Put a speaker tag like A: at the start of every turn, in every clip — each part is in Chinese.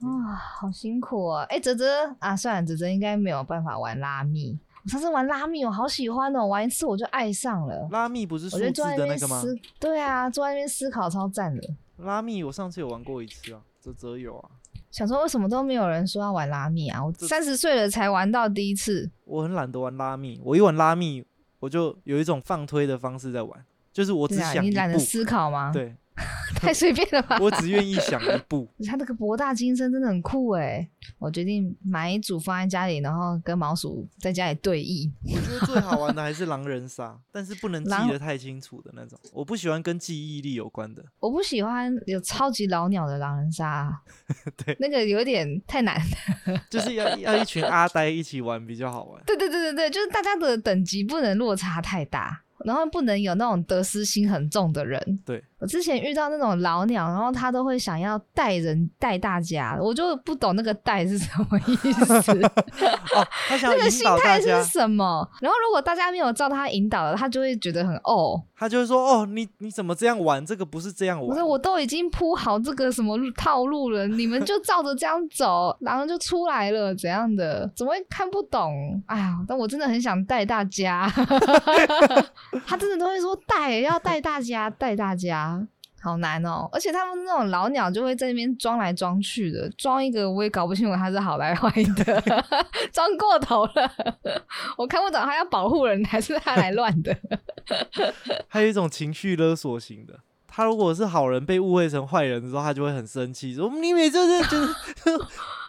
A: 哇，好辛苦哦！哎、哲哲啊，算了，哲哲应该没有办法玩拉密。我上次玩拉密，我好喜欢哦，玩一次我就爱上了。
B: 拉密不是数
A: 我觉得
B: 字
A: 坐在那
B: 的那
A: 边
B: 个吗？
A: 思，对啊，坐在那边思考超赞的。
B: 拉密我上次有玩过一次啊，泽泽有啊，
A: 想说为什么都没有人说要玩拉密啊？我
B: 这
A: 三十岁了才玩到第一次，
B: 我很懒得玩拉密，我一玩拉密我就有一种放推的方式在玩，就是我只
A: 对啊，
B: 想一
A: 你懒得啊
B: 步，
A: 思考吗？，
B: 对。
A: 太随便了吧
B: 我只 愿意想一步。
A: 他那个博大精深真的很酷哎！我决定买一组放在家里，然后跟毛鼠在家里对弈。
B: 我觉得最好玩的还是狼人杀，但是不能
A: 狼
B: 记得太清楚的那种。我不喜欢跟记忆力有关的。
A: 我不喜欢有超级老鸟的狼人杀啊、
B: 对
A: 那个有点太难。
B: 就是要要一群阿呆一起玩比较好玩。
A: 对对对对对，就是大家的等级不能落差太大，然后不能有那种得失心很重的人。
B: 对
A: 我之前遇到那种老鸟，然后他都会想要带人带大家，我就不懂那个带是什么意思，
B: 哦，他想
A: 那
B: 要
A: 个
B: 引
A: 心
B: 导大
A: 态
B: 家
A: 是，什么？然后如果大家没有照他引导的，他就会觉得很哦。
B: 他就会说：“哦，你你怎么这样玩？这个不是这样
A: 我
B: 玩。
A: 说我都已经铺好这个什么路套路了，你们就照着这样走，然后就出来了，怎样的？怎么会看不懂？哎呀，但我真的很想带大家， 他真的都会说带，要带大家，带大家。好难哦，而且他们那种老鸟就会在那边装来装去的，装一个我也搞不清楚他是好来坏的， 装过头了，我看不懂他要保护人还是他来乱的。
B: 还有一种情绪勒索型的。他如果是好人被误会成坏人的时候，他就会很生气，说：“你每次就是就是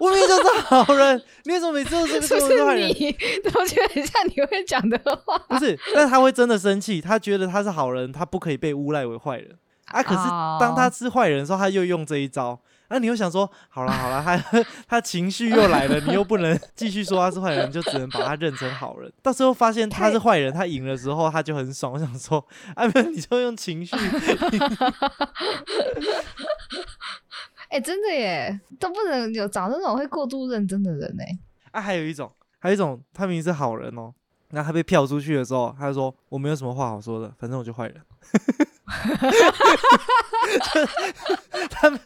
B: 我明明就是好人，你为什么每次都是
A: 是
B: 跟
A: 不
B: 我是坏
A: 是
B: 人？”
A: 你？ 啊怎么觉得很像你会讲的话？
B: 不是，但他会真的生气，他觉得他是好人，他不可以被诬赖为坏人啊。可是当他
A: 哦
B: 是坏人的时候，他又用这一招，那、你又想说，好了好了，他 他情绪又来了，你又不能继续说他是坏人，就只能把他认成好人。到时候发现他
A: 太
B: 是坏人，他赢了之后，他就很爽。我想说，啊，没有，你就用情绪，
A: 哎、真的耶，都不能有找那种会过度认真的人哎。
B: 啊，还有一种，还有一种，他明明是好人哦，那他被票出去的时候，他就说我没有什么话好说的，反正我就坏人。 他们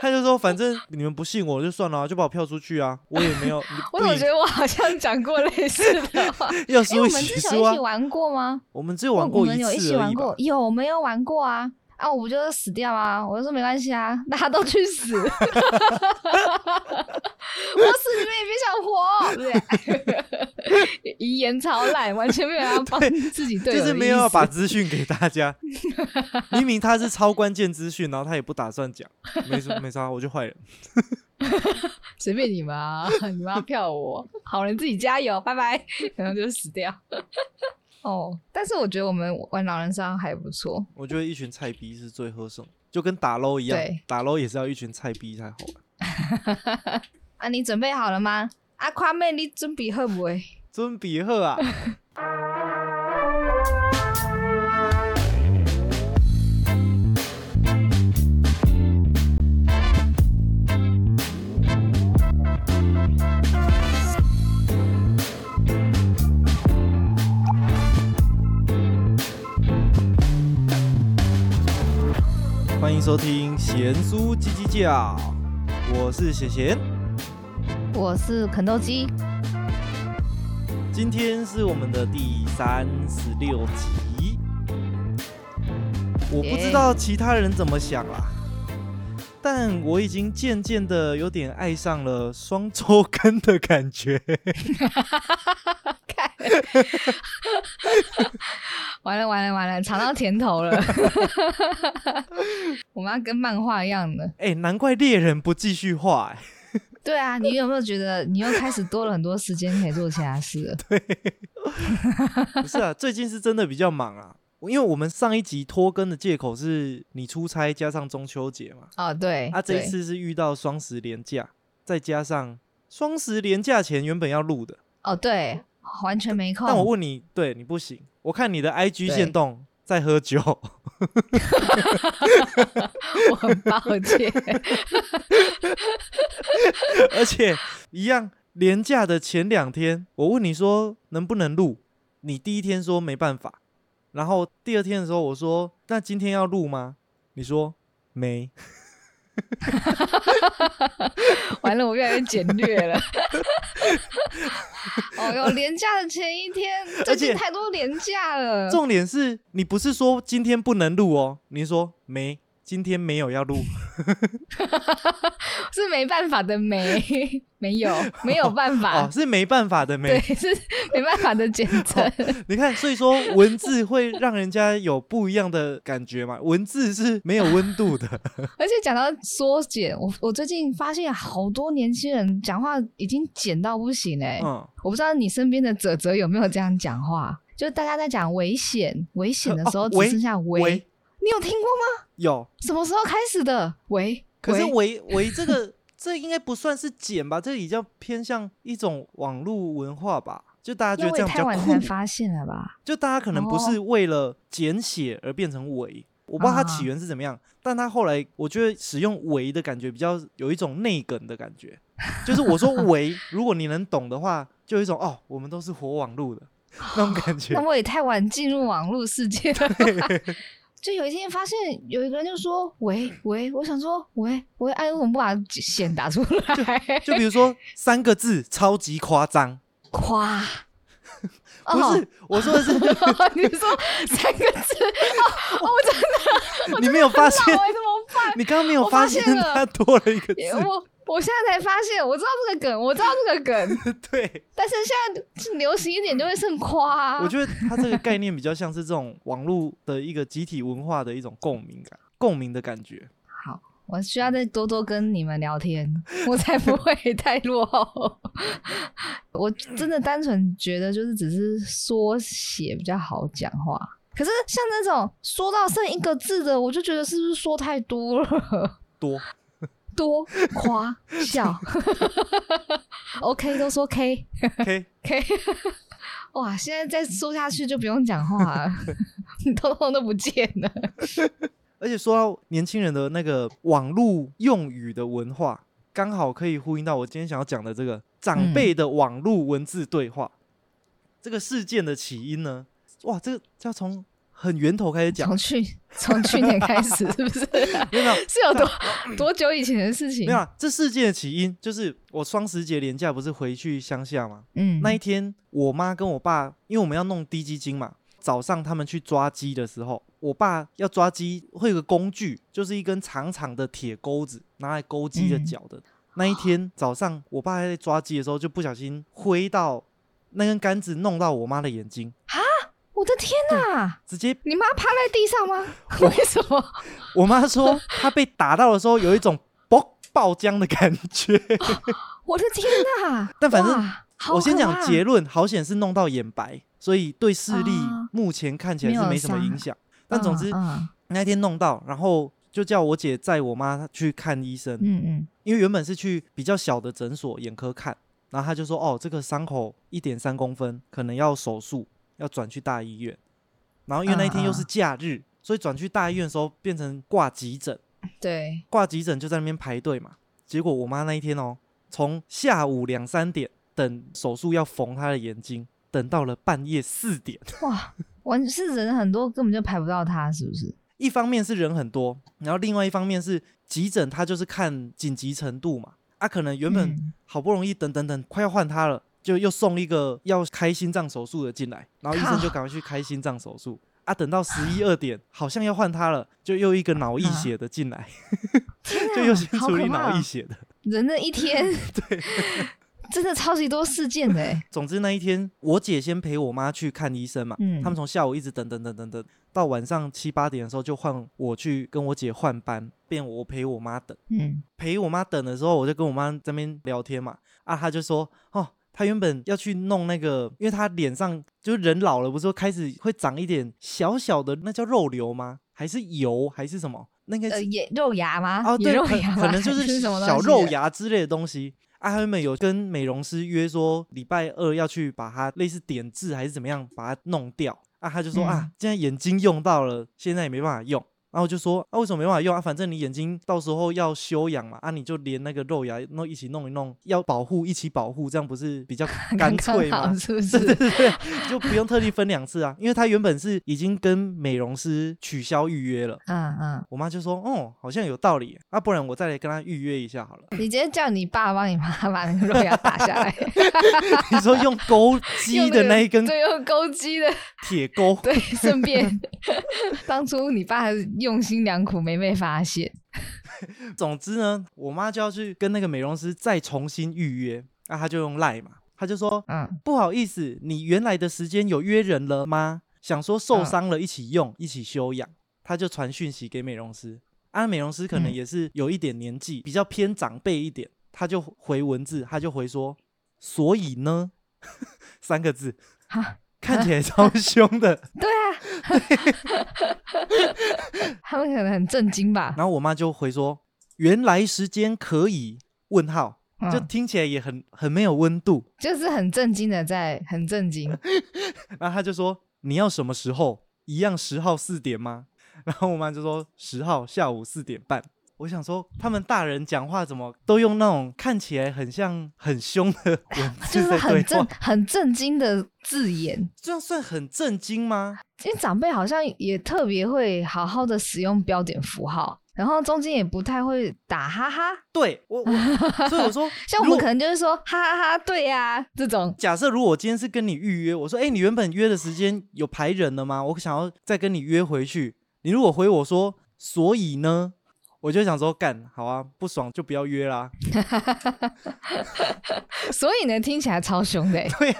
B: 他就说，反正你们不信我就算了啊、就把我票出去啊，我也没有，你
A: 我
B: 不
A: 怎么
B: 赢
A: 觉得我好像讲过类似的话？
B: 要
A: 因为我
B: 输一
A: 们
B: 起
A: 之前
B: 输
A: 有一
B: 啊
A: 起。玩过吗？
B: 我们只有玩过
A: 我
B: 一
A: 们有一起
B: 次而
A: 玩
B: 已吧
A: 过，，有没有玩过啊？啊，我不就是死掉啊？我就说没关系啊，大家都去死， 我死你们也别想活， 对不对？遗言超烂，完全没有要帮自己队友
B: 就
A: 的
B: 是没有要
A: 意思
B: 把资讯给大家。 明明他是超关键资讯，然后他也不打算讲，没什没啊啥，我就坏人。
A: 随便你们啊， 你们要票我，好人自己加油，拜拜，然后就死掉。哦，但是我觉得我们玩狼人杀还不错，
B: 我觉得一群菜逼是最喝胜，就跟打 LO 一样
A: 对，
B: 打 LO 也是要一群菜逼才好玩。
A: 啊，你准备好了吗？啊，夸妹，你准备好不会？
B: 尊比赫啊，欢迎收听贤叔叽叽叫，我是贤贤。
A: 我是肯豆基，
B: 今天是我们的第三十六集，我不知道其他人怎么想啦，但我已经渐渐的有点爱上了双周更的感觉。
A: 看，完了完了完了，尝到甜头了， 我们要跟漫画一样的。
B: 哎、难怪猎人不继续画、哎
A: 对啊，你有没有觉得你又开始多了很多时间可以做其他事了？
B: 不是啊，最近是真的比较忙啊。因为我们上一集拖更的借口是你出差加上中秋节嘛，
A: 哦，对，
B: 啊，这一
A: 对
B: 次是遇到双十连假，再加上双十连假前原本要录的，
A: 哦，对，完全没空。
B: 但我问你，对你不行，我看你的 IG 线动在喝酒，
A: 我很抱歉，
B: 而且一样廉价的前两天，我问你说能不能录，你第一天说没办法，然后第二天的时候我说那今天要录吗？你说没，
A: 完了，我越来越简略了。哦哟，廉价的前一 天，最
B: 而且
A: 近太多廉价了。
B: 重点是你不是说今天不能录哦，你说没，今天没有要录，
A: 是没办法的没，没有没有办法，
B: 哦，是没办法的
A: 啊对，
B: 没。哦
A: 是没办法的简称。
B: 你看，所以说文字会让人家有不一样的感觉嘛，文字是没有温度的。
A: 而且讲到缩减，我我最近发现好多年轻人讲话已经简到不行哎、
B: 嗯，
A: 我不知道你身边的泽泽有没有这样讲话，就是大家在讲危险，危险的时候
B: 哦
A: 只
B: 喂
A: 剩下危，
B: 喂，
A: 你有听过吗？
B: 有，
A: 什么时候开始的？喂，
B: 可是
A: 喂
B: 维维这个这应该不算是剪吧，这比较偏向一种网络文化吧。就大家觉
A: 因
B: 得
A: 为
B: 这样比
A: 太
B: 较
A: 晚才
B: 酷，
A: 发哦现了吧？
B: 就大家可能不是为了简写而变成维。我不知道它
A: 啊
B: 起源是怎么样，但它后来我觉得使用维的感觉比较有一种内梗的感 觉，就是我说维，如果你能懂的话，就有一种哦，我们都是活网路 的那种感觉
A: 那。我也太晚进入网络世界 了吧。就有一天发现有一个人就说喂喂，我想说喂喂，哎，我们不把险打出来？
B: 就比如说三个字超级夸张，
A: 夸，
B: 不是、
A: 哦
B: 我说 的是
A: 你说三个字，哦，我真的
B: 你没有发现
A: 我怎么 办？
B: 你刚刚没有
A: 我发
B: 发
A: 现
B: 现
A: 了
B: 它多了一个字，
A: 也 我我现在才发现，我知道这个梗，我知道这个梗，
B: 对，
A: 但是现在流行一点就会剩夸、啊。
B: 我觉得它这个概念比较像是这种网络的一个集体文化的一种共鸣感、共鸣的感觉。
A: 我需要再多多跟你们聊天， 我才不会太落后。我真的单纯觉得，就是只是缩写比较好讲话。可是像那种说到剩一个字的，我就觉得是不是说太多了？
B: 多
A: 多夸笑 ，OK 都说 K
B: ，OK，
A: K，哇！现在再说下去就不用讲话了， 通通都不见了。
B: 而且说到年轻人的那个网络用语的文化，刚好可以呼应到我今天想要讲的这个长辈的网络文字对话、这个事件的起因呢。哇，这个要从很源头开始讲
A: 从，去从去年开始，是不是？
B: 没有没有
A: 是有多多久以前的事情？
B: 没 有啊，这事件的起因就是我双十节连假不是回去乡下吗？
A: 嗯，
B: 那一天，我妈跟我爸，因为我们要弄低鸡精嘛，早上他们去抓鸡的时候，我爸要抓鸡会有个工具，就是一根长长的铁钩子，拿来勾鸡的
A: 嗯
B: 脚的。那一天早上，我爸在抓鸡的时候，就不小心挥到那根杆子，弄到我妈的眼睛，
A: 我的天哪、
B: 直接
A: 你妈趴在地上 吗？为什么？
B: 我妈说她被打到的时候有一种爆爆浆的感 觉。
A: 我的天哪、
B: 但 反正
A: 哇好
B: 我先
A: 可
B: 讲
A: 怕
B: 结论，好险是弄到眼白，所以对视力
A: 啊
B: 目前看起来是
A: 没有
B: 没什么
A: 伤
B: 影响。但总之，
A: 嗯
B: 那天弄到，然后就叫我姐载我妈去看医生，
A: 嗯嗯
B: 因为原本是去比较小的诊所眼科看，然后她就说哦，这个伤口一点三公分，可能要手术，要转去大医院。然后因为那一天又是
A: 嗯
B: 假日，所以转去大医院的时候变成挂急诊，
A: 嗯，对，
B: 挂急诊就在那边排队嘛。结果我妈那一天哦，从下午两三点等手术要缝她的眼睛，等到了半夜四点。
A: 哇，完是人很多，根本就排不到他，是不是？
B: 一方面是人很多，然后另外一方面是急诊，他就是看紧急程度嘛。啊，可能原本
A: 嗯
B: 好不容易等等等，快要换他了，就又送一个要开心脏手术的进来，然后医生就赶快去开心脏手术。啊，等到十一二点，好像要换他了，就又一个脑溢血的进 来，
A: 天
B: 就又
A: 啊，
B: 先
A: 好
B: 处
A: 可
B: 理
A: 怕
B: 脑
A: 哦
B: 溢！血的。
A: 人的一天， 对， 真的超级多事件的欸，
B: 总之那一天，我姐先陪我妈去看医生嘛，
A: 嗯
B: 他们从下午一直等等等等等，到晚上七八点的时候就换我去跟我姐换班，变我陪我妈等。
A: 嗯，
B: 陪我妈等的时候，我就跟我妈这边聊天嘛，啊，她就说，哦，她原本要去弄那个，因为她脸上就是人老了，不是说开始会长一点小小的，那叫肉瘤吗？还是油还是什么？那个
A: 呃，
B: 是、
A: 眼肉芽吗？
B: 哎哦，
A: 眼
B: 对，
A: 肉
B: 可
A: 芽吗
B: 可能就
A: 是什么东
B: 小
A: 西啊
B: 肉
A: 的，
B: 芽之类的东西。啊，他们有跟美容师约说礼拜二要去把它类似点痣还是怎么样把它弄掉。啊，他就说、啊
A: 嗯，
B: 现在眼睛用到了，现在也没办法用。然后我就说啊，为什么没办法用啊？反正你眼睛到时候要修养嘛，啊，你就连那个肉芽弄一起弄一弄，要保护一起保护，这样不是比较干脆
A: 刚刚好
B: 吗？
A: 是不
B: 对对
A: 是？
B: 对对，就不用特地分两次啊，因为他原本是已经跟美容师取消预约了。
A: 嗯嗯，
B: 我妈就说，哦，好像有道理，啊，不然我再来跟他预约一下好了。
A: 你直接叫你爸帮你妈把那个肉芽打下来，
B: 你说用钩
A: 用
B: 机的那一根
A: 对， 用钩机的，
B: 铁钩，
A: 对，顺便当初你爸还是用心良苦没被发现，
B: 总之呢，我妈就要去跟那个美容师再重新预约，那、啊、她就用赖嘛，她就说
A: 嗯
B: 不好意思，你原来的时间有约人了吗？想说受
A: 嗯
B: 伤了一起用，一起休养，她就传讯息给美容师。啊，美容师可能
A: 嗯
B: 也是有一点年纪，比较偏长辈一点，她就回文字，她就回说，所以呢， 三个字，
A: 哈，
B: 看起来超凶 的。
A: 啊他们可能很震惊吧？
B: 然后我妈就回说，原来时间可以？问号，就
A: 嗯
B: 听起来也很很没有温度。
A: 就是很震惊的在，很震 惊，
B: 然后他就说：“你要什么时候？一样十号四点吗？”然后我妈就说：“十号下午四点半。”我想说，他们大人讲话怎么都用那种看起来很像很凶的文
A: 就
B: 字
A: 是
B: 在对
A: 很震
B: 话，
A: 很震惊的字眼。
B: 这样算很震惊吗？
A: 因为长辈好像也特别会好好的使用标点符号，然后中间也不太会打哈哈，
B: 对我，我所以我说，
A: 像我们
B: 如果
A: 可能就是说哈哈哈，对呀、这种。
B: 假设如果我今天是跟你预约，我说：“哎、你原本约的时间有排人了吗？我想要再跟你约回去。”你如果回我说：“所以呢？”我就想说：“干好啊，不爽就不要约啦。
A: 所以呢，听起来超凶的欸、”
B: 对呀、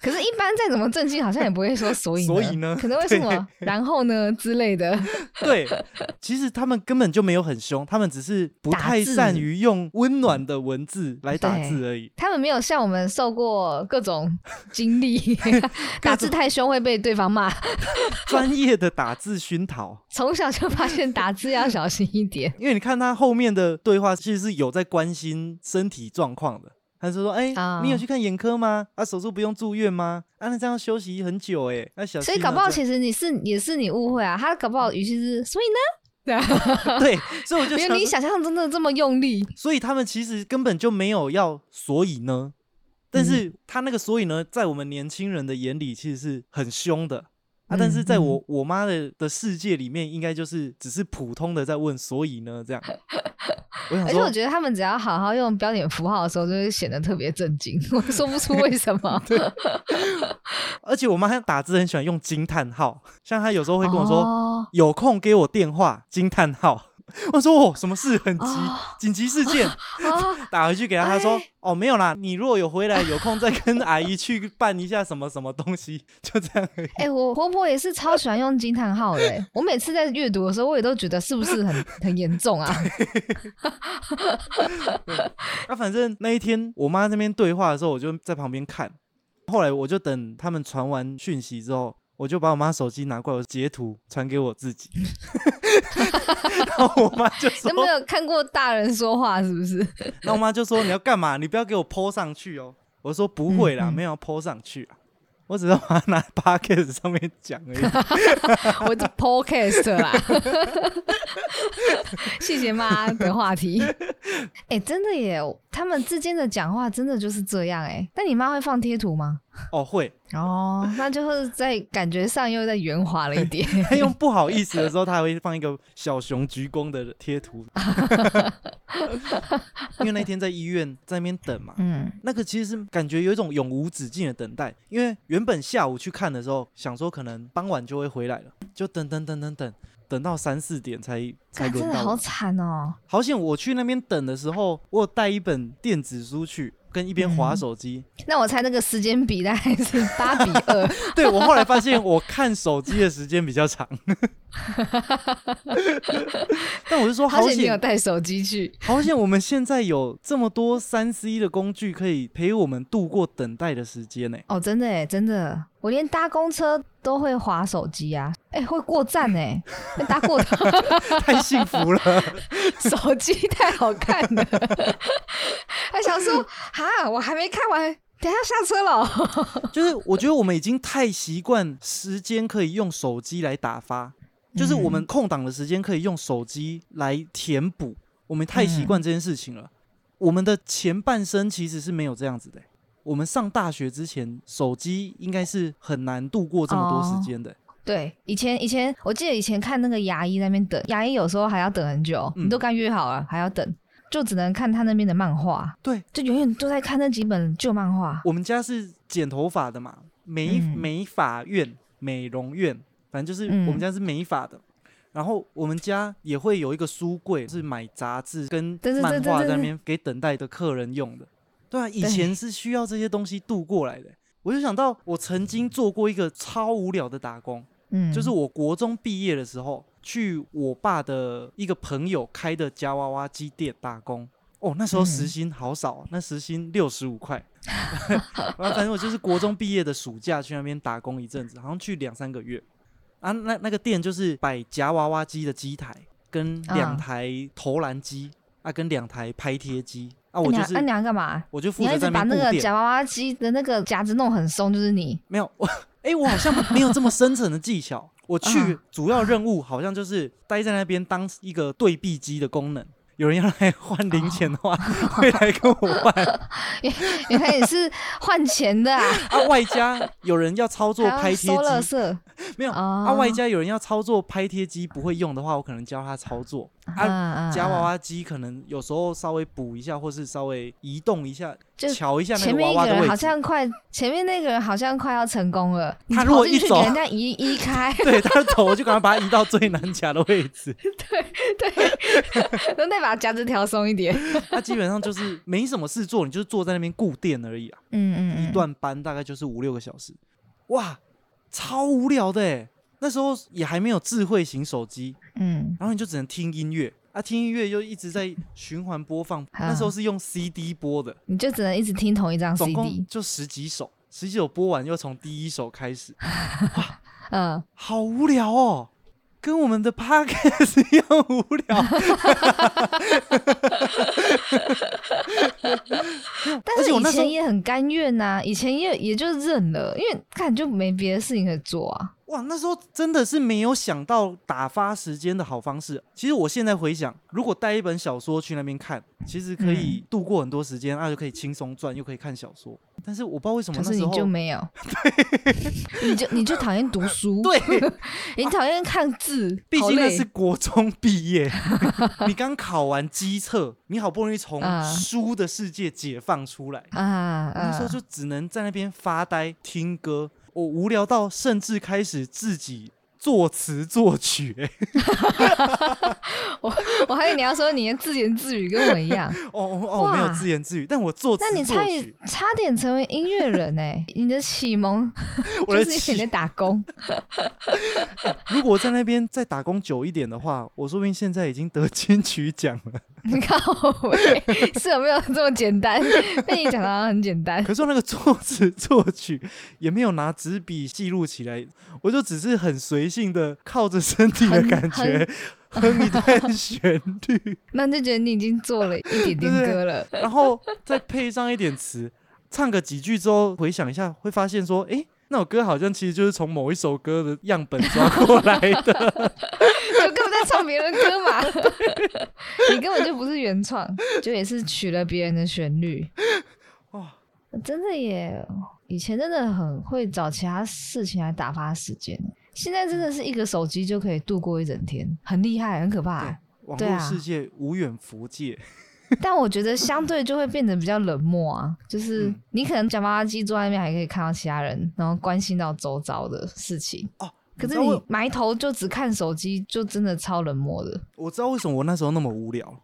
A: 可是，一般再怎么震惊，好像也不会说所以
B: 所以呢
A: 可能会说什么然后呢之类的。
B: 对，其实他们根本就没有很凶，他们只是不
A: 打
B: 太
A: 字
B: 善于用温暖的文字来打
A: 对
B: 字而已。
A: 他们没有像我们受过各种经 历，打字太凶会被对方骂。
B: 专业的打字熏陶，
A: 从小就发现打字要小心一点。
B: 因为你看他后面的对话，其实是有在关心身体状况的。他就说：“哎、
A: 啊
B: 你有去看眼科吗？啊，手术不用住院吗？啊，那这样休息很久哎、那、小
A: 所以
B: 心
A: 搞
B: 哦
A: 不好
B: 这
A: 其实你是也是你误会啊，他搞不好语气是所以呢，对啊，
B: 样对，所以我 就
A: 没
B: 想
A: 有你
B: 说，
A: 想象中的这么用力。
B: 所以他们其实根本就没有要，所以
A: 嗯
B: 呢，但是他那个所以呢，在我们年轻人的眼里其实是很凶的啊，但
A: 嗯
B: 是在我我妈的的世界里面，应该就是只是普通的在问所以呢 这样。我想
A: 而且我
B: 说，
A: 觉得他们只要好好用标点符号的时候，就会显得特别震惊，我说不出为什 么。
B: 而且我妈她打字很喜欢用惊叹号，像她有时候会跟我说、
A: 哦
B: 有空给我电话惊叹号。我说哦，什么事很急
A: 哦，
B: 紧、急事 件，
A: 哦
B: 打回去给她，她说
A: 哎
B: 哦没有啦，你如果有回来有空再跟阿姨去办一下什么什么东西，就这样而已。
A: 哎、我婆婆也是超喜欢用惊叹号的欸、我每次在阅读的时候，我也都觉得是不是很很严重啊？
B: 那、反正那一天我妈那边对话的时候，我就在旁边看。后来我就等他们传完讯息之后，我就把我妈手机拿过来，我截图传给我自己。 然后我妈就说
A: 都没有看过大人说话，是不是？：“
B: 然后我妈就说你要干嘛？你不要给我 PO 上去哦。”我说：“不会啦，
A: 嗯嗯
B: 没有要 PO 上去啊，我只是把它拿 p o c a s t 上面讲而已。
A: 我的 podcast 啦， 谢谢妈的话题。哎、真的耶，他们之间的讲话真的就是这样哎。那你妈会放贴图吗？”
B: 哦，会。
A: 哦，那就是在感觉上又再圆滑了一点。
B: 她用不好意思的时候，她还会放一个小熊鞠躬的贴图。因为那天在医院在那边等嘛，
A: 嗯，
B: 那个其实是感觉有一种永无止境的等待，因为原本下午去看的时候，想说可能傍晚就会回来了，就等等等等等，等到三四点才才
A: 看真
B: 轮
A: 的
B: 到
A: 好
B: 我。
A: 惨哦。
B: 好险！我去那边等的时候，我有带一本电子书去，跟一边划
A: 嗯
B: 手机。
A: 那我猜那个时间比大概是八比二。
B: 对我后来发现，我看手机的时间比较长。 但我就说
A: 好
B: 好
A: 险你有
B: 险，
A: 带手机去。
B: 好险！我们现在有这么多三 C 的工具，可以陪我们度过等待的时间呢、
A: 哦，真的哎，真的，我连搭公车都会划手机啊，哎、会过站哎，会搭 过头
B: 太幸福了。
A: 手机太好看了， 还想说哈，我还没看完，等一下下车了。
B: 就是我觉得我们已经太习惯时间可以用手机来打发，就是我们空档的时间可以用手机来填补，我们太习惯这件事情了。我们的前半生其实是没有这样子的欸、我们上大学之前，手机应该是很难度过这么多时间的欸、
A: 对，以前以前我记得以前看那个牙医那边等，牙医有时候还要等很久，
B: 嗯
A: 你都刚约好了还要等，就只能看他那边的漫画，
B: 对，
A: 就永远都在看那几本旧漫画。
B: 我们家是剪头发的嘛，美
A: 嗯
B: 美发院、美容院，反正就是
A: 嗯
B: 我们家是美发的。然后我们家也会有一个书柜，是买杂志跟
A: 对对对
B: 漫
A: 对
B: 画
A: 对
B: 在那
A: 对
B: 边给等待的客人用的。对啊，以
A: 对
B: 前是需要这些东西度过来的欸。我就想到我曾经做过一个超无聊的打工，
A: 嗯，
B: 就是我国中毕业的时候，去我爸的一个朋友开的夹娃娃机店打工。哦，那时候时
A: 嗯
B: 薪好少啊、那时薪六十五块。 然后反正我就是国中毕业的暑假去那边打工一阵子，好像去两三个月。啊，那那个店就是摆夹娃娃机的机台，跟两
A: 嗯
B: 台投篮机，啊，跟两台拍贴机。啊，
A: 那
B: 我
A: 哎你
B: 就
A: 要
B: 是
A: 那你要干嘛？
B: 我就负
A: 你要
B: 责
A: 一直
B: 在
A: 把
B: 边
A: 那
B: 固
A: 个
B: 定。
A: 夹娃娃机的那个夹子弄很松，就是你。
B: 没有，我哎、我好像没有这么深层的技巧。我去
A: 嗯
B: 主要任务好像就是待在那边当一个对币机的功能。有人要来换零钱的话，
A: 哦
B: 会来跟我换
A: 原来你是换钱 的啊，
B: 啊。外加有人要操作
A: 还
B: 拍
A: 要
B: 贴
A: 收垃
B: 机，
A: 圾
B: 没有啊。
A: 啊
B: 外加有人要操作拍贴机不会用的话，我可能教他操作啊。
A: 啊
B: 夹娃
A: 娃
B: 娃机可能有时候稍微补一下，或是稍微移动一下，
A: 就
B: 瞧一下那
A: 前
B: 个
A: 面
B: 娃
A: 一
B: 娃
A: 个
B: 的
A: 人
B: 位
A: 好
B: 置。
A: 像快，前面那个人好像快要成功了，你
B: 他
A: 跑
B: 如果
A: 进
B: 一
A: 去
B: 走
A: 给人家移移开，
B: 对，他的头就赶快把它移到最难 夹的位置。
A: 然后再把夹子调松一 点。
B: 他啊基本上就是没什么事做，你就是坐在那边固定而已啊。
A: 嗯嗯嗯，
B: 一段班大概就是五六个小时，哇，超无聊的欸那时候也还没有智慧型手机，
A: 嗯，
B: 然后你就只能听音乐啊，听音乐就一直在循环播放。那时候是用 CD 播的，
A: 你就只能一直听同一张
B: 总共
A: CD。
B: 就十几首，十几首播完又从第一首开始，
A: 嗯，
B: 好无聊哦。跟我们的 podcast 一样无聊，
A: 但
B: 而
A: 是
B: 且我
A: 以
B: 那时候
A: 前也很甘愿呐、以前也也就认了，因为看就没别的事情可以做啊。
B: 哇，那时候真的是没有想到打发时间的好方式。其实我现在回想，如果带一本小说去那边看，其实可
A: 嗯
B: 以度过很多时间，啊，就可以轻松赚，又可以看小说。但是我不知道为什么
A: 可
B: 那
A: 是
B: 时
A: 你
B: 候
A: 就没 有，你就你就讨厌读书，
B: 对，啊
A: 你讨厌看字，
B: 毕
A: 好
B: 竟那
A: 累
B: 是国中毕 业，你刚考完机测，你好不容易从
A: 啊
B: 书的世界解放出来，
A: 啊啊，
B: 那时候就只能在那边发呆听歌。我无聊到甚至开始自己作词作曲、欸
A: 我还以为你要说你的自言自语跟我一 样，
B: 哦哦哦，我没有
A: 哇
B: 自言自语，但我作词
A: 那你
B: 作
A: 差
B: 曲
A: 点。差点成为音乐人 哎、你的启蒙
B: 我
A: 就
B: 的
A: 是以前在
B: 起，
A: 打工，
B: 如果我在那边再打工久一点的话，我说不定现在已经得金曲奖了。
A: 你看我是有没有这么简单？ 被你讲的很简单，
B: 可是我那个作词作曲也没有拿纸笔记录起来，我就只是很随性的靠着身体的
A: 哼
B: 感觉哼一段旋律，
A: 那你就觉得你已经做了一点点
B: 对
A: 歌了，
B: 然后再配上一点词，唱个几句之后回想一下，会发现说，诶，那首歌好像其实就是从某一首歌的样本抓过来的。
A: 就根本在唱别人的歌嘛， 你根本就不是原创，就也是取了别人的旋律。
B: 哇，
A: 真的耶，以前真的很会找其他事情来打发时间，现在真的是一个手机就可以度过一整天，很厉害，很可怕
B: 对
A: 欸。
B: 网
A: 对
B: 络
A: 啊
B: 世界无远弗届，
A: 但我觉得相对就会变得比较冷漠啊，就是
B: 嗯
A: 你可能讲娃娃机坐在那边还可以看到其他人，然后关心到周遭的事情。
B: 哦，
A: 可
B: 知
A: 是
B: 道为
A: 你埋头就只看手机，就真的超冷漠的。
B: 我知道为什么我那时候那么无聊，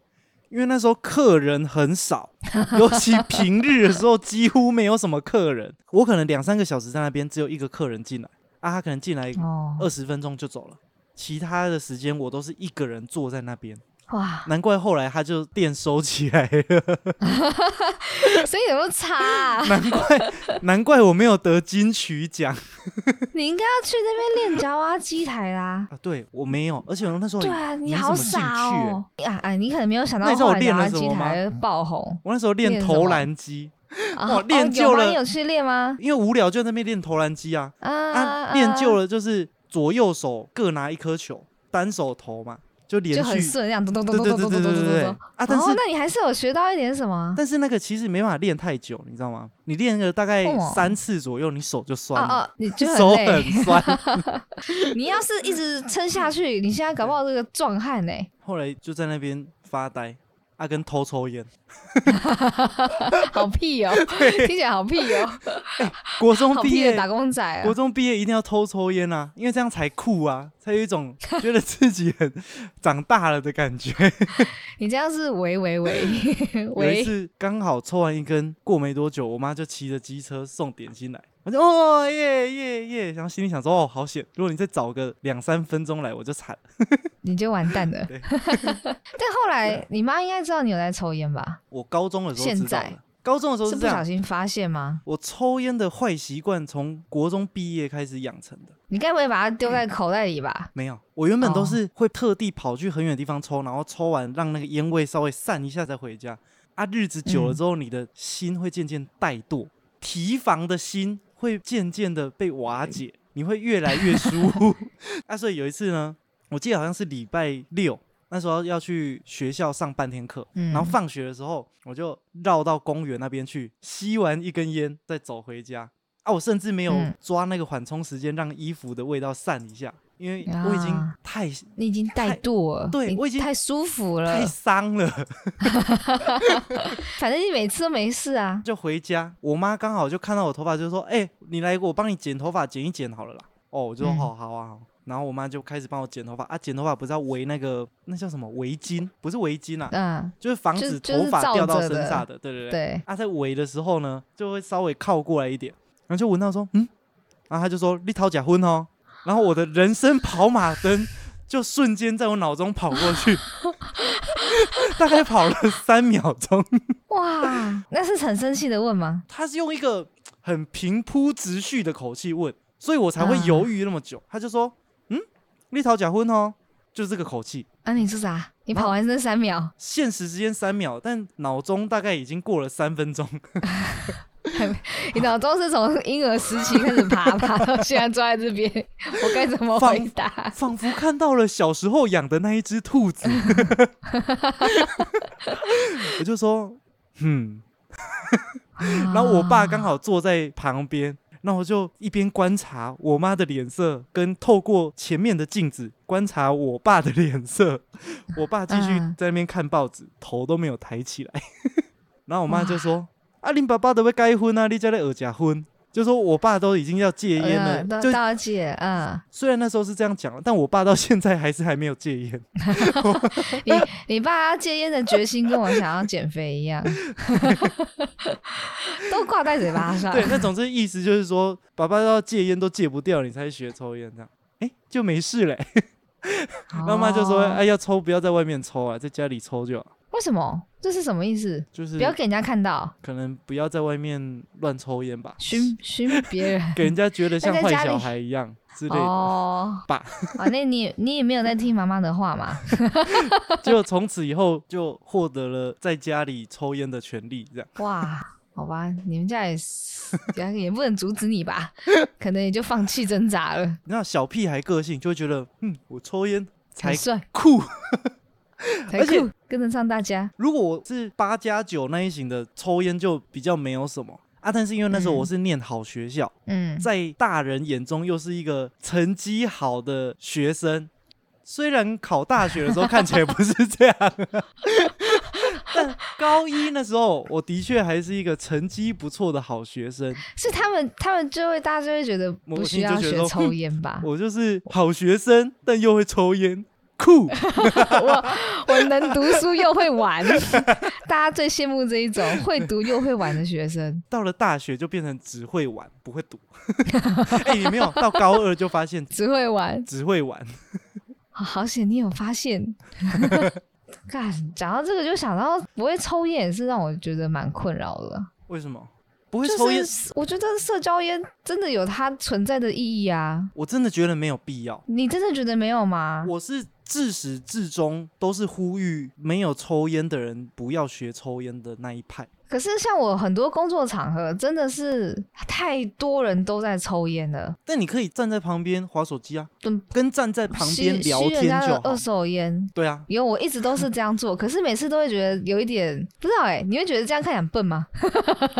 B: 因为那时候客人很少， 尤其平日的时候几乎没有什么客人。我可能两三个小时在那边，只有一个客人进来啊，他可能进来
A: 哦，
B: 二十分钟就走了。其他的时间我都是一个人坐在那边，
A: 哇，
B: 难怪后来他就店收起来了，
A: 所以有没有差、啊？
B: 难怪难怪我没有得金曲奖
A: 你应该要去那边练夹娃娃机台啦。
B: 啊！对我没有，而且我那时候
A: 对啊，
B: 没
A: 你
B: 什
A: 好
B: 么兴趣
A: 傻
B: 欸、
A: 哦！呀哎，你可能没有想到
B: 那你知道
A: 后
B: 我
A: 来
B: 练
A: 娃
B: 了
A: 娃
B: 什
A: 机
B: 么吗
A: 台会爆红
B: 我那时候练
A: 练什
B: 投
A: 么
B: 篮机，
A: 啊！
B: 哇
A: 哦
B: 练
A: 有
B: 就
A: 吗
B: 了
A: 你有去练吗？
B: 因为无聊就在那边练投篮机啊。
A: 啊
B: 啊，
A: 啊，
B: 练就
A: 了
B: 了就是左右手各拿一颗球，单手投嘛，就连
A: 就
B: 续
A: 很顺，这样咚咚咚
B: 对
A: 咚
B: 对
A: 咚
B: 对
A: 咚
B: 对
A: 咚咚
B: 对对
A: 咚
B: 对
A: 咚。
B: 啊！但是
A: 哦，那你还是有学到一点什么？
B: 但是那个其实没办法练太久，你知道吗？你练个大概
A: 为什么
B: 三次左右，你手就
A: 哦
B: 酸了，
A: 哦，你 就
B: 手
A: 累。
B: 很酸。
A: 你要是一直撑下去，你现在搞不好这个壮 汉呢。
B: 后来就在那边发呆，啊，跟偷 抽烟。
A: 好屁哦，听起来好屁 哦，
B: 国中
A: 好
B: 毕
A: 屁
B: 业
A: 的，打工仔
B: 国
A: 啊！
B: 中毕业一定要偷抽烟啊，因为这样才酷啊，才有一种觉得自己很长大了的感觉。
A: 你这样是喂喂喂
B: 有一
A: 喂，
B: 次刚好抽完一根，过没多久，我妈就骑着机车送点心来，我就哦耶耶耶，然后心里想说哦好险，如果你再早个两三分钟来，我就惨了。
A: 你就完蛋了。
B: 对
A: 但后来你妈应该知道你有在抽烟吧？
B: 我高中的时候
A: 现
B: 知道
A: 在
B: 的，高中的时候
A: 是
B: 这
A: 不小
B: 样。
A: 心发现吗？
B: 我抽烟的坏习惯从国中毕业开始养成的，
A: 你该不会把它丢在口袋里吧？
B: 没有，我原本都
A: 啊哦
B: 是会特地跑去很远的地方抽，然后抽完让那个烟味稍微散一下再回家。啊，日子久了
A: 嗯
B: 之后，你的心会渐渐怠惰，提防的心会渐渐的被瓦解，你会越来越疏忽。 啊，所以有一次呢，我记得好像是礼拜六，那时候要去学校上半天课，
A: 嗯
B: 然后放学的时候我就绕到公园那边去吸完一根烟，再走回家。啊，我甚至没有
A: 嗯
B: 抓那个缓冲时间，让衣服的味道散一下，因为我已经
A: 啊
B: 太、
A: 你已经怠惰了，
B: 对
A: 你
B: 我已经
A: 太舒服
B: 太
A: 了，
B: 伤了，
A: 反正你每次都没事啊。
B: 就回家。我妈刚好就看到我头发，就说：“哎、你来，我帮你剪头发，剪一剪好了啦。”哦，我就说：“
A: 嗯
B: 好好啊。好”然后我妈就开始帮我剪头发啊，剪头发不是要围那个那叫什么围巾？不是围巾啊，
A: 嗯，
B: 就是防
A: 就
B: 止
A: 就是
B: 头发
A: 罩
B: 掉到
A: 着
B: 身
A: 的
B: 上的，对对对。
A: 对，
B: 啊，在围的时候呢，就会稍微靠过来一点，然后就闻到说，嗯，然后他就说你讨假婚哦，然后我的人生跑马灯就瞬间在我脑中跑过去，大概跑了三秒钟。
A: 哇，那是很生气的问吗？
B: 他是用一个很平铺直叙的口气问，所以我才会
A: 啊
B: 犹豫那么久。他就说，嗯，你讨假婚哦，就是这个口气。
A: 啊，你说啥？你跑完这三 秒，
B: 现实时间三秒，但脑中大概已经过了三分钟。
A: 你脑中是从婴儿时期开始爬爬到现在坐在这边，我该怎么回答？
B: 仿佛看到了小时候养的那一只兔子。我就说，嗯，
A: 然
B: 然后我
A: 嗯
B: 爸刚好坐在旁边，那我就一边观察我妈的脸色，跟透过前面的镜子观察我爸的脸色。我爸继续
A: 嗯
B: 在那边看报纸，头都没有抬起来。 然后我妈就说：“啊，你爸爸都会该婚啊，你家的耳假婚。”就说我爸都已经要戒烟了，
A: 嗯
B: 就
A: 到到姐，嗯，
B: 虽然那时候是这样讲，但我爸到现在还是还没有戒烟。
A: 你你爸要戒烟的决心跟我想要减肥一 样，都挂在嘴巴上。
B: 对，那总之意思就是说，爸爸要戒烟都戒不掉，你才学抽烟这样。哎、就没事嘞。
A: 哦，
B: 妈妈就说：“哎、要抽不要在外面抽啊，在家里抽就好。
A: 为什么？这是什么意思？”
B: 就是
A: 不要给人家看到，
B: 可能不要在外面乱抽烟 吧，
A: 熏熏别 人
B: 给人家觉得像
A: 在
B: 坏
A: 家
B: 小
A: 里
B: 孩一样之类的。
A: 哦。
B: 吧
A: 啊，那你你也没有在听妈妈的话嘛？
B: 结果从此以后就获得了在家里抽烟的权利，这样。
A: 哇，好吧，你们家也是也也不能阻止你 吧？可能也就放弃挣扎了。
B: 那小屁孩个性就会觉得，嗯，我抽烟才
A: 很帅，
B: 酷。
A: 才
B: 而且
A: 酷，跟得上大家。
B: 如果我是八加九那一型的，抽烟就比较没有什么啊。但是因为那时候
A: 嗯
B: 我是念好学校，
A: 嗯，
B: 在大人眼中又是一个成绩好的学生，虽然考大学的时候看起来不是这样， 但高一那时候我的确还是一个成绩不错的好学生，
A: 是他们，他们就会大家就会觉得
B: 我
A: 不需
B: 心
A: 要
B: 就觉得
A: 学
B: 说
A: 抽烟吧？
B: 我就是好学生，但又会抽烟，酷。
A: 我能读书又会玩， 大家最羡慕这一种会读又会玩的学生。
B: 到了大学就变成只会玩不会赌， 哎、你没有到高二就发现
A: 只会玩，
B: 只会玩，
A: 好好险你有发现。 干，讲到这个就想到不会抽烟也是让我觉得蛮困扰的。
B: 为什么不会抽烟？
A: 就是我觉得社交烟真的有它存在的意义啊，
B: 我真的觉得没有必要。
A: 你真的觉得没有吗？
B: 我是自始至终都是呼吁没有抽烟的人不要学抽烟的那一派。
A: 可是像我很多工作场合，真的是太多人都在抽烟了，
B: 但你可以站在旁边划手机啊，
A: 嗯
B: 跟站在旁边
A: 吸
B: 聊
A: 吸人
B: 天
A: 家
B: 就
A: 的
B: 好
A: 二。手烟。
B: 对啊，
A: 因为我一直都是这样做，可是每次都会觉得有一点不知道哎、你会觉得这样看起来很笨吗？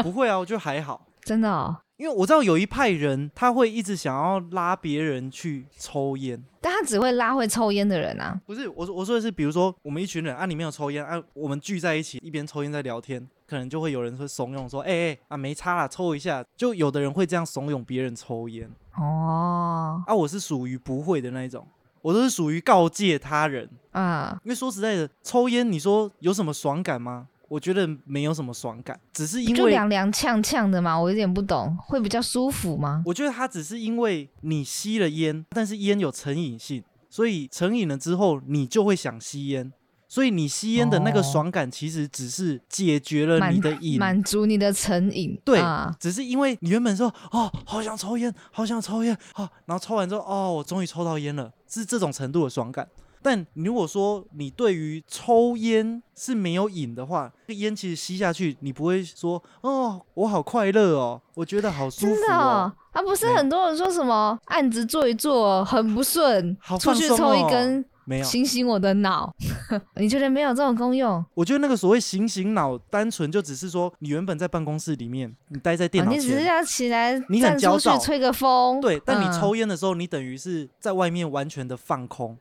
B: 不会啊，我觉得还好，
A: 真的哦，
B: 因为我知道有一派人他会一直想要拉别人去抽烟。
A: 但他只会拉会抽烟的人啊。
B: 不是我说我说的是，比如说我们一群人啊，你没有抽烟啊，我们聚在一起一边抽烟在聊天，可能就会有人会怂恿说，哎、哎、啊没差啦，抽一下。就有的人会这样怂恿别人抽烟
A: 哦，
B: 啊，我是属于不会的那一种，我都是属于告诫他人，
A: 嗯，
B: 因为说实在的，抽烟你说有什么爽感吗？我觉得没有什么爽感，只是因
A: 就
B: 为
A: 凉凉呛呛的嘛，我有点不懂，会比较舒服吗？
B: 我觉得它只是因为你吸了烟，但是烟有成瘾性，所以成瘾了之后你就会想吸烟，所以你吸烟的那个
A: 哦
B: 爽感其实只是解决了你的瘾，
A: 满足你的成瘾，
B: 对
A: 啊，
B: 只是因为你原本说哦好想抽烟，好想抽烟，好、然后抽完之后哦我终于抽到烟了，是这种程度的爽感。但你如果说你对于抽烟是没有瘾的话，这个烟其实吸下去，你不会说哦我好快乐哦，我觉得好舒
A: 真
B: 服
A: 的
B: 哦
A: 哦。啊，不是
B: 没有
A: 很多人说什么案子做一做很不顺，
B: 好
A: 出
B: 放
A: 去
B: 松
A: 抽一
B: 哦
A: 根
B: 没有，
A: 醒醒我的脑， 你觉得没有这种功用？
B: 我觉得那个所谓醒醒脑，单纯就只是说你原本在办公室里面，你待在电
A: 啊
B: 脑
A: 你只是
B: 前，
A: 要起来
B: 你
A: 站
B: 很
A: 出
B: 焦
A: 去
B: 躁
A: 吹个风，
B: 对。但你
A: 嗯
B: 抽烟的时候，你等于是在外面完全的放空，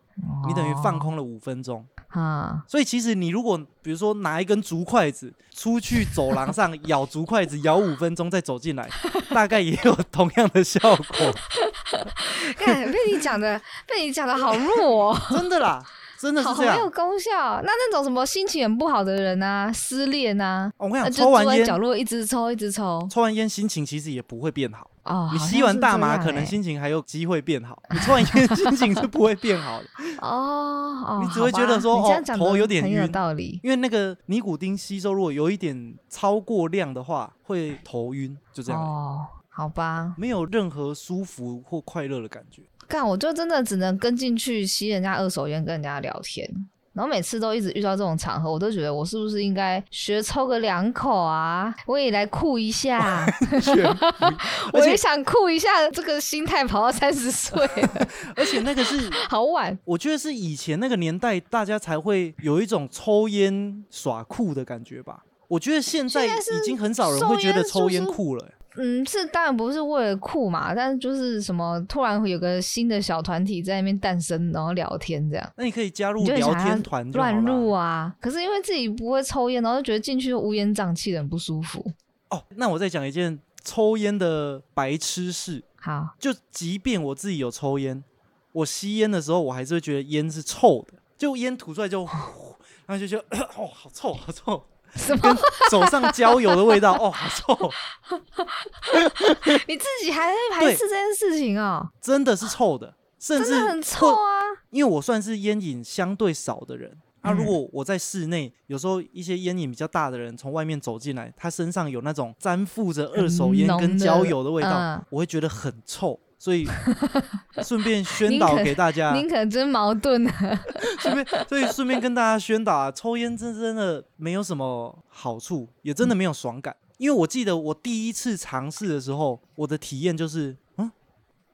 B: 你等于放空了五分钟。
A: 哦啊，
B: 所以其实你如果比如说拿一根竹筷子出去走廊上咬竹筷子，咬五分钟再 走进来，大概也有同样的效果，
A: 看被你讲的，被你讲的好弱、 哦。
B: 真的啦，真的
A: 好
B: 是
A: 好
B: 这
A: 没
B: 样。
A: 有功效。哦那那种什么心情很不好的人啊，失恋啊，
B: 哦我跟你
A: 那
B: 讲，
A: 就
B: 抽
A: 坐
B: 完
A: 在
B: 烟，
A: 角落一直抽，一直抽。
B: 抽完烟心情其实也不会变好。
A: 哦，
B: 你
A: 好
B: 吸
A: 像
B: 完
A: 是
B: 大
A: 这
B: 麻
A: 样
B: 可能
A: 欸
B: 心情还有机会变好，你抽完烟心情是不会变 好的，
A: 哦哦，
B: 你只
A: 好
B: 会觉得
A: 吧
B: 说
A: 你
B: 哦
A: 这样讲
B: 头
A: 得
B: 有点
A: 很有
B: 晕
A: 道理。
B: 因为那个尼古丁吸收如果有一点超过量的话，会头晕，就这样而已，
A: 哦，好吧，
B: 没有任何舒服或快乐的感 觉。
A: 干我就真的只能跟进去吸人家二手烟，跟人家聊天。然后每次都一直遇到这种场合，我都觉得我是不是应该学抽个两口啊？我也来酷一下， 我
B: 而
A: 也
B: 且
A: 想酷一下。这个心态 跑到三十岁了，
B: 而且那个是，
A: 好晚。
B: 我觉得是以前那个年代大家才会有一种抽烟耍酷的感觉吧。我觉得现在
A: 现在是
B: 已经很少人会觉得抽烟酷了、
A: 嗯，是当然不是为了酷嘛，但是就是什么突然会有个新的小团体在那边诞生，然后聊天这样
B: 那你可以加入
A: 你就会
B: 聊
A: 想要
B: 天团就好
A: 乱入
B: 了。
A: 啊。可是因为自己不会抽烟，然后就觉得进去就乌烟瘴气的很不舒服。
B: 哦，那我再讲一件抽烟的白痴事。
A: 好，
B: 就即便我自己有抽烟，我吸烟的时候，我还是会觉得烟是臭的，就烟吐出来就，然后就觉得 哦，好臭，好臭，
A: 什么？
B: 跟手上焦油的味道，哦，好臭，
A: 你自己还在排斥这件事情哦、
B: 真的是臭的，甚
A: 真
B: 至
A: 的很臭
B: 会
A: 啊！
B: 因为我算是烟瘾相对少的人。那、如
A: 嗯
B: 果我在室内，有时候一些烟瘾比较大的人从外面走进来，他身上有那种粘附着二手烟
A: 很浓
B: 跟
A: 的
B: 焦油的味道，
A: 嗯
B: 我会觉得很臭。所以顺便宣
A: 您
B: 导
A: 可
B: 给大家，
A: 您可真矛盾啊！
B: 顺 便，所以顺便跟大家宣导啊，抽烟真真的没有什么好处，也真的没有爽感。因为我记得我第一次尝试的时候，我的体验就是，嗯，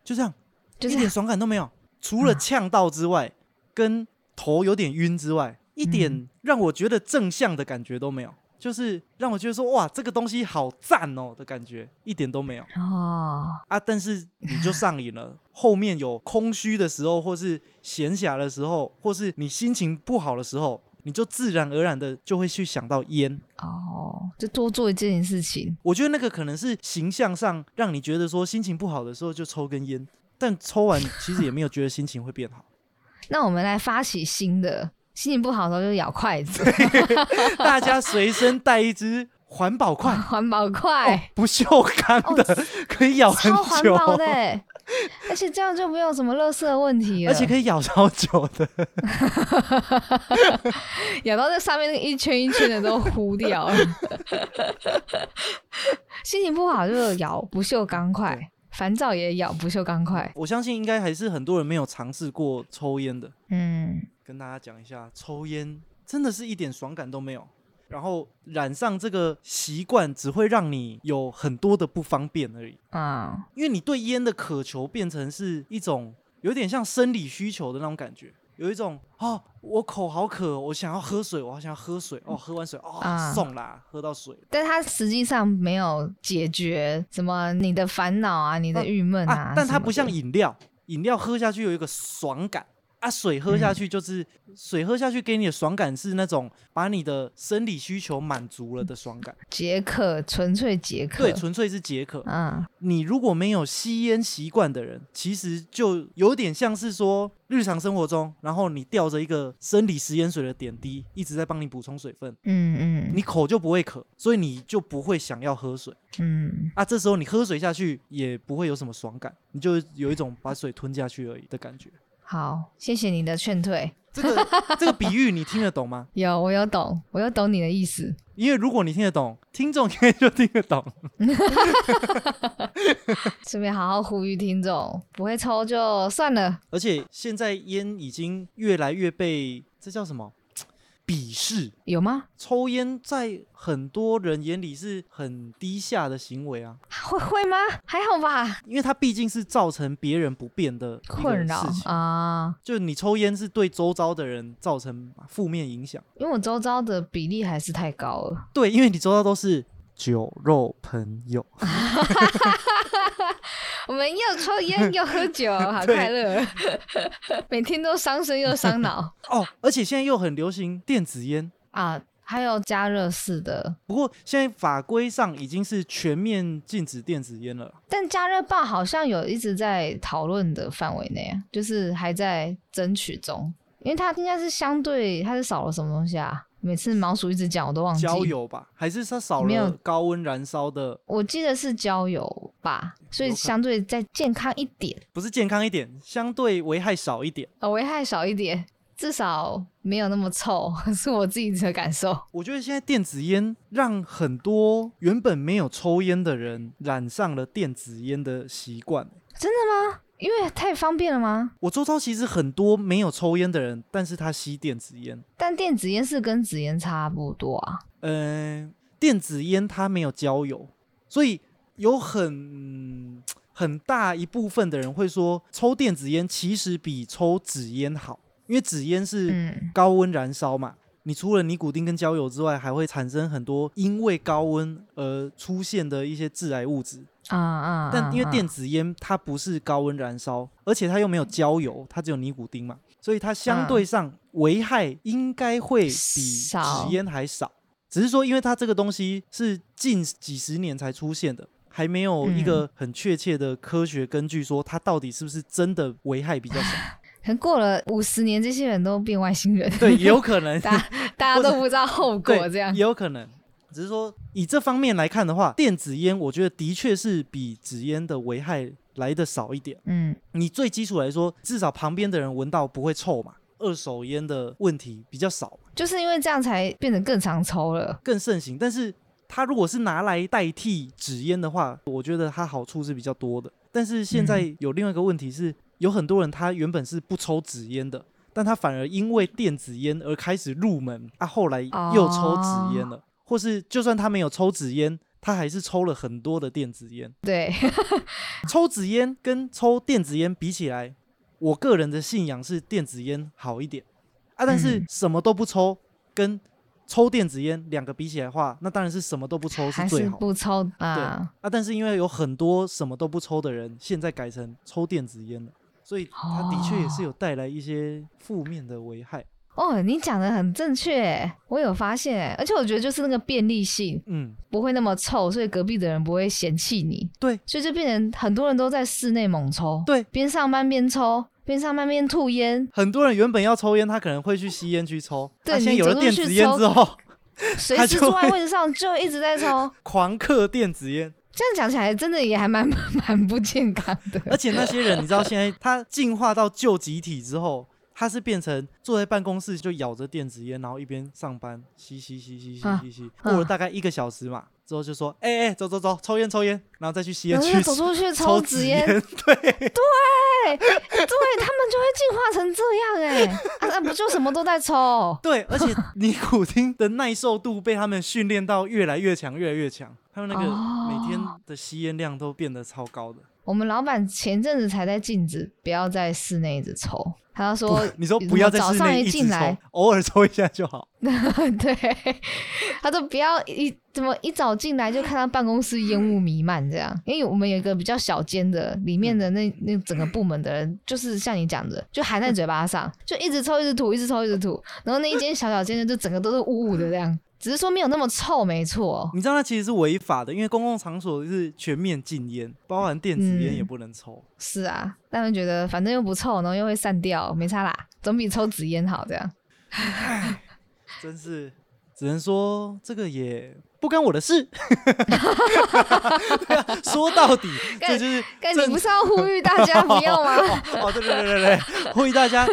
B: 就这样，
A: 就
B: 一
A: 是啊
B: 点爽感都没有，除了呛到之外，跟头有点晕之外，
A: 嗯
B: 一点让我觉得正向的感觉都没有，就是让我觉得说，哇，这个东西好赞哦的感觉，一点都没有。
A: 哦，
B: 啊，但是你就上 瘾了。后面有空虚的时候，或是闲暇的时候，或是你心情不好的时候，你就自然而然的就会去想到烟。
A: 哦，就多做一件事情。
B: 我觉得那个可能是形象上让你觉得说心情不好的时候就抽根烟，但抽完其实也没有觉得心情会变好。
A: 那我们来发起新的，心情不好的时候就咬筷子，
B: 大家随身带一支环保筷，
A: 环保
B: 哦
A: 筷。、
B: 不锈钢
A: 哦
B: 的，可以咬很
A: 超环
B: 久，
A: 保的欸、而且这样就没有什么垃圾问题了，
B: 而且可以咬超久的。
A: 咬到那上面那个一圈一圈的都糊掉 了。心情不好就咬不锈钢块，烦躁也咬不锈钢块。
B: 我相信应该还是很多人没有尝试过抽烟的。
A: 嗯，
B: 跟大家讲一下，抽烟真的是一点爽感都没有。然后染上这个习惯，只会让你有很多的不方便而已。
A: 啊，
B: 因为你对烟的渴求变成是一种有点像生理需求的那种感觉，有一种哦，我口好渴，我想要喝水，我好想要喝水哦，喝完水哦，
A: 啊
B: 送啦，喝到水
A: 但它实际上没有解决什么你的烦恼啊、你的郁闷
B: 啊，但它不像
A: 什么
B: 饮料，饮料喝下去有一个爽感。啊，水喝下去就是、水喝下去给你的爽感是那种把你的生理需求满足了的爽感，
A: 的解渴，纯粹解渴。
B: 对，纯粹是解渴。
A: 嗯，
B: 你如果没有吸烟习惯的人，其实就有点像是说日常生活中，然后你吊着一个生理食盐水的点滴，一直在帮你补充水分，
A: 嗯嗯
B: 你口就不会渴，所以你就不会想要喝水
A: 嗯，
B: 啊。这时候你喝水下去也不会有什么爽感，你就有一种把水吞下去而已的感觉。
A: 好，谢谢你的劝退。
B: 这个这个比喻你听得懂吗？
A: 有，我有懂，我有懂你的意思。
B: 因为如果你听得懂，听众应该就听得懂。
A: 顺便好好呼吁听众，不会抽就算了。
B: 而且现在烟已经越来越被这叫什么鄙视。
A: 有吗？
B: 抽烟在很多人眼里是很低下的行为啊，
A: 会会吗？还好吧，
B: 因为它毕竟是造成别人不便的一个
A: 困扰
B: 事情。
A: 啊、
B: 就你抽烟是对周遭的人造成负面影响，
A: 因为我周遭的比例还是太高了。
B: 对，因为你周遭都是酒肉朋友，
A: 我们又抽烟又喝酒，好
B: 对
A: 快乐， 每天都伤身又伤脑
B: 哦，而且现在又很流行电子烟。
A: 啊！还有加热式的，
B: 不过现在法规上已经是全面禁止电子烟了，
A: 但加热棒好像有一直在讨论的范围内啊，就是还在争取中，因为它应该是相对它是少了什么东西啊？每次毛鼠一直讲我都忘记，
B: 焦油吧？还是它少
A: 没有
B: 了高温燃烧的，
A: 我记得是焦油吧，所以
B: 有可能
A: 相对再健康一点。
B: 不是健康一点，相对危害少一点。
A: 呃，危害少一点，至少没有那么臭， 是我自己的感受。
B: 我觉得现在电子烟让很多原本没有抽烟的人染上了电子烟的习惯。
A: 因为太方便了吗？
B: 我周遭其实很多没有抽烟的人，但是他吸电子烟。
A: 但电子烟是跟纸烟差不多啊。
B: 嗯、电子烟它没有焦油，所以有很很大一部分的人会说，抽电子烟其实比抽纸烟好，因为纸烟是
A: 嗯，
B: 高温燃烧嘛。你除了尼古丁跟焦油之外，还会产生很多因为高温而出现的一些致癌物质。
A: 啊啊
B: 但因为电
A: 子
B: 子烟它不是高温燃烧，而且它又没有焦油，它只有尼古丁嘛，所以它相对上危害应该会比纸
A: 嗯少
B: 烟还少。只是说，因为它这个东西是近几十年才出现的，还没有一
A: 嗯
B: 个很确切的科学根据说它到底是不是真的危害比较 少。
A: 可能过了五十年，这些人都变外星人，
B: 对，也有可能，
A: 大大家都不知道后果
B: 对，
A: 这样
B: 也。有可能。只是说，以这方面来看的话，电子烟我觉得的确是比纸烟的危害来的少一点。
A: 嗯，
B: 你最基础来说，至少旁边的人闻到不会臭嘛。二手烟的问题比较少嘛，
A: 就是因为这样才变得更常抽了。
B: 更盛行。但是它如果是拿来代替纸烟的话，我觉得它好处是比较多的。但是现在有另外一个问题是，有很多人他原本是不抽纸烟的，但他反而因为电子烟而开始入门啊，后来又抽纸烟了，或是就算他没有抽纸烟，他还是抽了很多的电子烟。
A: 对，
B: 抽纸烟跟抽电子烟比起来，我个人的信仰是电子烟好一点啊。但是
A: 嗯
B: 什么都不抽跟抽电子烟两个比起来的话，那当然是什么都不抽
A: 还
B: 最
A: 是
B: 好
A: 不抽啊。
B: 啊。但是因为有很多什么都不抽的人，现在改成抽电子烟了，所以它的确也是有带来一些负面的危害。
A: 哦，你讲的很正确，我有发现，而且我觉得就是那个便利性，
B: 嗯，
A: 不会那么臭，所以隔壁的人不会嫌弃你。
B: 对，
A: 所以就变成很多人都在室内猛抽，
B: 对，
A: 边上班边抽，边上班边吐烟
B: 很多人原本要抽烟，他可能会去吸烟区抽，
A: 对
B: 啊、现在
A: 你
B: 有了
A: 走路
B: 电
A: 去
B: 子烟
A: 抽
B: 之后，
A: 随
B: 他
A: 时
B: 就
A: 坐在
B: 会
A: 位置上就一直在 抽。
B: 狂嗑电子烟。
A: 这样讲起来，真的也还蛮 蛮不健康
B: 而
A: 的。
B: 且那些人，你知道现在他进化到旧集体之后，他是变成坐在办公室
A: 嗯
B: 就咬着电子烟，然后一边上班，吸吸吸吸吸吸吸，过了大概一个小时嘛，之后就说：“哎、哎、走走走，抽烟抽烟，然后再去吸烟
A: 然后
B: 区
A: 嗯就走出去
B: 抽
A: 抽
B: 纸
A: 纸烟，对
B: 对，
A: 对他们就会进化成这样哎、啊啊， 不就什么都在抽？
B: 对，而且尼古丁的耐受度被他们训练到越来越强，越来越强。他们那个
A: 哦
B: 每天的吸烟量都变得超高的。
A: 我们老板前阵子才在禁止不要在室内一直抽，他就说
B: 不你说不要在
A: 早
B: 室
A: 上
B: 内
A: 一
B: 一直
A: 进来
B: 抽，偶尔抽一下就好。
A: 对，他说不要一怎么一早进来就看到办公室烟雾弥漫这样，因为我们有一个比较小间的，里面的
B: 嗯
A: 那那整个部门的人，就是像你讲的，就含在嘴巴上，就一直抽一直吐，一直抽一直吐，然后那一间小小间的就整个都是雾雾的这样，只是说没有那么臭，没错，
B: 你知道那其实是违法的，因为公共场所是全面禁烟，包含电子烟也
A: 嗯
B: 不能抽。
A: 是啊，但是觉得反正又不臭，然后又会散掉，没差啦，总比抽纸烟好这样。
B: 真是，只能说这个也不干我的事。 对啊，说到底，
A: 干
B: 这就是
A: 但
B: 政
A: 你不是要呼吁大家不要吗？
B: 哦哦，对对对对对，呼吁大家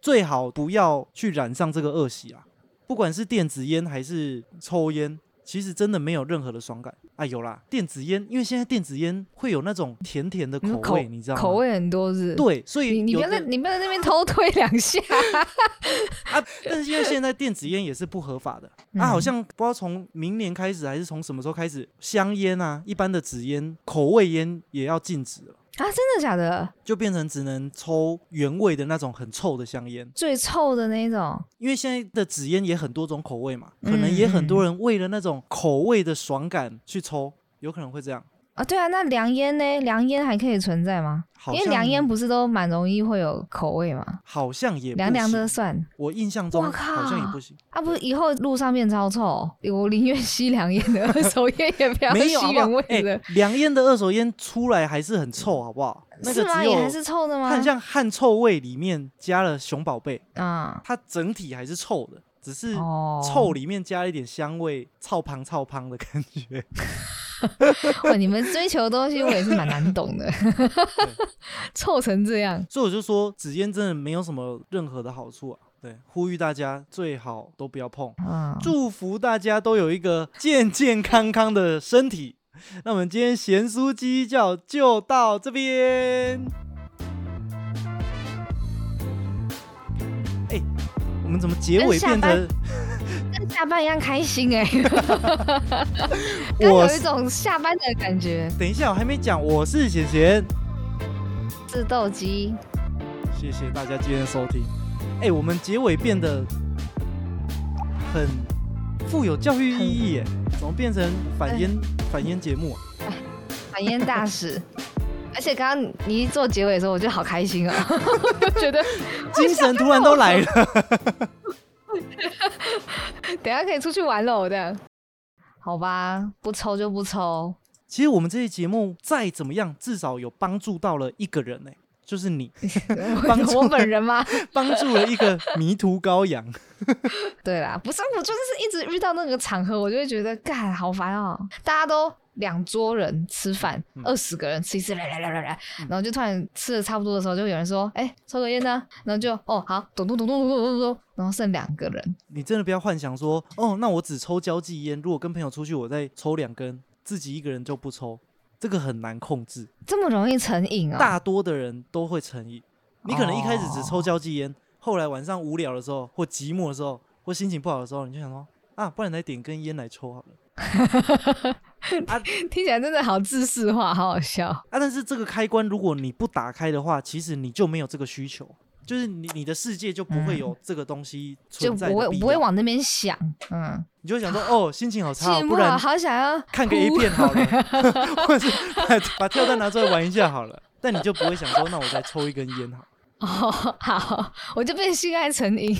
B: 最好不要去染上这个恶习啊！不管是电子烟还是抽烟，其实真的没有任何的爽感啊。有啦，电子烟，因为现在电子烟会有那种甜甜的
A: 你说
B: 口味，你知道吗？
A: 口味很多是不是。
B: 对，所以
A: 你你
B: 有
A: 不要
B: 的
A: 在你不要在那边偷推两下，
B: 啊，但是因为现在电子烟也是不合 法的、
A: 嗯
B: 啊，好像不知道从明年开始还是从什么时候开始，香烟啊，一般的纸烟、口味烟也要禁止了，
A: 啊，真的假的？
B: 就变成只能抽原味的那种很臭的香烟。
A: 最臭的那一种，
B: 因为现在的纸烟也很多种口味嘛，可能也很多
A: 嗯
B: 人为了那种口味的爽感去抽，有可能会这样。
A: 啊，对啊，那凉烟呢？凉烟还可以存在吗？
B: 好
A: 因
B: 像
A: 为凉烟不是都蛮容易会有口味嘛，
B: 好像也不
A: 凉凉的
B: 行，
A: 算
B: 我印象中
A: 哇靠
B: 好像也不行，
A: 啊，不以后路上变超臭，我宁愿吸凉烟的，二手烟也不要
B: 没有
A: 吸
B: 好不
A: 原
B: 好
A: 味？
B: 哎
A: 的，，
B: 凉烟的二手烟出来还是很臭，好不好？那个
A: 是吗？
B: 只
A: 也还
B: 有
A: 是臭的吗？
B: 它很像汗臭味里面加了熊宝贝，
A: 啊，
B: 它整体还是臭的，只是
A: 哦，
B: 臭里面加了一点香味，臭胖臭胖的感觉。
A: 哇，你们追求的东西我也是蛮难懂 的，臭成这样，
B: 所以我就说，纸烟真的没有什么任何的好处啊。对，呼吁大家最好都不要碰。
A: 嗯，
B: 祝福大家都有一个健健康康的身体。 那我们今天咸酥鸡叫就到这边。哎、我们怎么结
A: 跟
B: 尾
A: 下
B: 变
A: 班
B: 成
A: 跟下班一样开心 哎、刚
B: 我
A: 有
B: 是？
A: 一种下班的感觉，
B: 等一下，我还没讲，我是贤贤，
A: 自斗鸡。
B: 谢谢大家今天的收听。哎、我们结尾变得很富有教育意义耶，怎么变成反烟反烟节目啊？
A: 反烟大使。而且刚刚你一做结尾的时候，我就好开心哦， 我就觉得
B: 精神突然都来了。
A: 等一下可以出去玩了，我哦这样。好吧，不抽就不 抽，
B: 其实我们这期节目再怎么样，至少有帮助到了一个人呢、就是你帮助
A: 我本人吗？
B: 帮助了一个迷途羔羊。
A: 对啦，不是，我就是一直遇到那个场合，我就会觉得干好烦哦、大家都两桌人吃饭
B: 嗯，
A: 二十、个人吃一次，来来来来来
B: 嗯，
A: 然后就突然吃的差不多的时候，就有人说，哎、抽个烟呢、然后就哦好，咚咚咚咚咚咚咚咚，然后剩两个人，
B: 你真的不要幻想说，哦，那我只抽交际烟，如果跟朋友出去，我再抽两根，自己一个人就不抽，这个很难控制。
A: 这么容易成瘾哦、
B: 大多的人都会成瘾。你可能一开始只抽
A: 哦
B: 交际烟，后来晚上无聊的时候，或寂寞的时候，或心情不好的时候，你就想说啊，不然来点根烟来抽好了。
A: 听起来真的好自私化，好好笑。
B: 啊，但是这个开关如果你不打开的话，其实你就没有这个需求，就是你你的世界就不会有这个东西
A: 就
B: 存在
A: 不会
B: 的
A: 我
B: 必
A: 不会
B: 要。
A: 往那边想，嗯，
B: 你就会想说， 哦，心情好差哦、
A: 寂
B: 不
A: 寞
B: 然
A: 啊好想要
B: 看个 A
A: 哭
B: 片好 了，或者是把把跳蛋拿出来玩一下好了。但你就不会想说，那我再抽一根烟好了。
A: 哦，好，我就变性爱成瘾，